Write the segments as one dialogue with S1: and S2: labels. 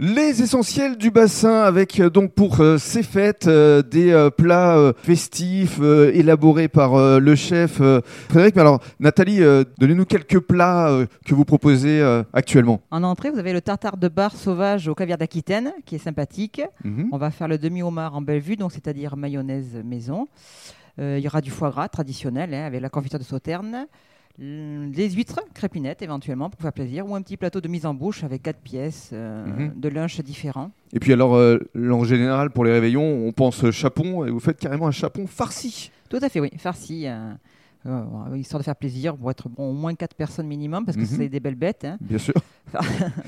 S1: Les essentiels du bassin avec euh, donc pour euh, ces fêtes euh, des euh, plats euh, festifs euh, élaborés par euh, le chef euh, Frédéric. Mais alors Nathalie, euh, donnez-nous quelques plats euh, que vous proposez euh, actuellement.
S2: En entrée, vous avez le tartare de bar sauvage au caviar d'Aquitaine, qui est sympathique. On va faire le demi-homard en Bellevue, donc c'est-à-dire mayonnaise maison. Euh, il y aura du foie gras traditionnel, hein, avec la confiture de sauterne. l- Des huîtres, crépinettes éventuellement pour faire plaisir, ou un petit plateau de mise en bouche avec quatre pièces euh,
S1: Mhm.
S2: de lunch différents.
S1: Et puis alors euh, en général pour les réveillons, on pense euh, chapon et vous faites carrément un chapon farci.
S2: Tout à fait, oui, farci, euh, euh, histoire de faire plaisir pour être bon, au moins quatre personnes minimum, parce que
S1: Mhm.
S2: c'est des belles bêtes. hein.
S1: Bien sûr.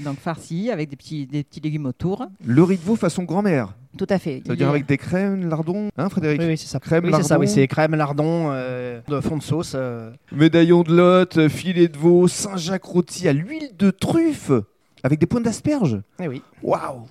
S2: Donc farci avec des petits, des petits légumes autour.
S1: Le riz de veau façon grand-mère.
S2: Tout à fait.
S1: Ça veut
S2: Il
S1: dire
S2: est-
S1: avec des crèmes, lardons, hein Frédéric.
S3: Oui, oui, c'est ça.
S1: Crème,
S3: oui, c'est ça.
S1: lardon.
S3: Oui, c'est crème, lardon, euh, de fond de sauce. euh.
S1: Médaillon de lotte, euh, filet de veau, Saint-Jacques rôti à l'huile de truffe avec des pointes d'asperges.
S3: Eh oui.
S1: Waouh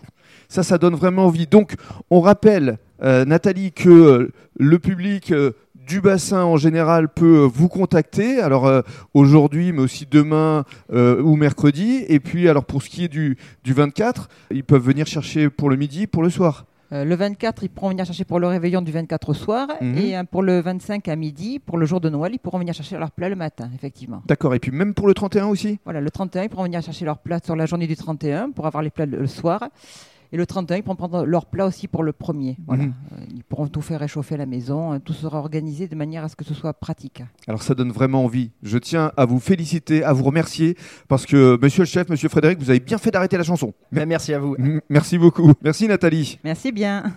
S1: Ça, ça donne vraiment envie. Donc, on rappelle, euh, Nathalie, que euh, le public euh, du bassin en général peut euh, vous contacter. Alors, euh, aujourd'hui, mais aussi demain euh, ou mercredi. Et puis, alors, pour ce qui est du, du 24, ils peuvent venir chercher pour le midi, pour le soir.
S2: Euh, le 24, ils pourront venir chercher pour le réveillon du 24 au soir.
S1: Mhm.
S2: Et euh, pour le 25 à midi, pour le jour de Noël, ils pourront venir chercher leur plat le matin, effectivement.
S1: D'accord. Et puis, même pour le 31 aussi
S2: Voilà, le 31, ils pourront venir chercher leur plat sur la journée du 31 pour avoir les plats le, le soir. Et le 31, ils pourront prendre leur plat aussi pour le premier. Voilà.
S1: Mhm.
S2: Euh, Ils pourront tout faire réchauffer à la maison. euh, Tout sera organisé de manière à ce que ce soit pratique.
S1: Alors ça donne vraiment envie. Je tiens à vous féliciter, à vous remercier, parce que monsieur le chef, monsieur Frédéric, vous avez bien fait d'arrêter la chanson.
S3: Ben, merci à vous.
S1: M- merci beaucoup. Merci Nathalie.
S2: Merci bien.